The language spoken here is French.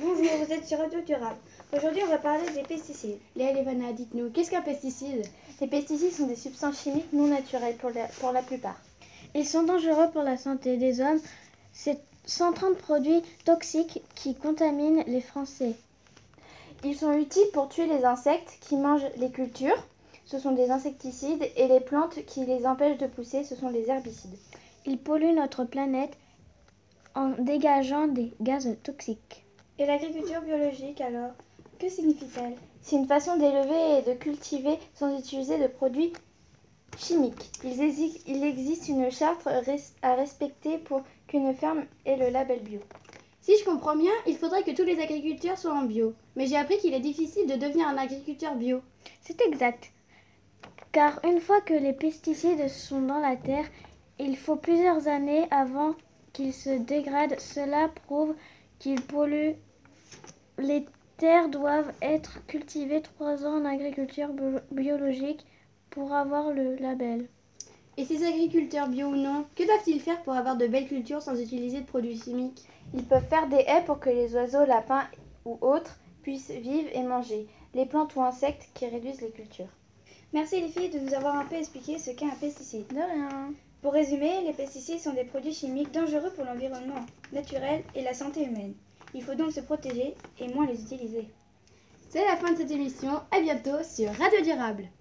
Bonjour, vous êtes sur Radio Durable. Aujourd'hui, on va parler des pesticides. Léa Levana, dites-nous, qu'est-ce qu'un pesticide Les pesticides sont des substances chimiques non naturelles pour la, pour la plupart. Ils sont dangereux pour la santé des hommes. C'est 130 produits toxiques qui contaminent les Français. Ils sont utiles pour tuer les insectes qui mangent les cultures. Ce sont des insecticides et les plantes qui les empêchent de pousser, ce sont les herbicides. Ils polluent notre planète en dégageant des gaz toxiques. Et l'agriculture biologique alors Que signifie-t-elle C'est une façon d'élever et de cultiver sans utiliser de produits chimiques. Il exi- il existe une charte res- à respecter pour qu'une ferme ait le label bio. Si je comprends bien, il faudrait que tous les agriculteurs soient en bio. Mais j'ai appris qu'il est difficile de devenir un agriculteur bio. C'est exact. Car une fois que les pesticides sont dans la terre, il faut plusieurs années avant qu'ils se dégradent. Cela prouve qu'ils polluent. Les terres doivent être cultivées trois ans en agriculture bio- biologique pour avoir le label. Et ces agriculteurs bio ou non, que doivent-ils faire pour avoir de belles cultures sans utiliser de produits chimiques Ils peuvent faire des haies pour que les oiseaux, lapins ou autres puissent vivre et manger les plantes ou insectes qui réduisent les cultures. Merci les filles de nous avoir un peu expliqué ce qu'est un pesticide. De rien. Pour résumer, les pesticides sont des produits chimiques dangereux pour l'environnement naturel et la santé humaine. Il faut donc se protéger et moins les utiliser. C'est la fin de cette émission. À bientôt sur Radio Durable.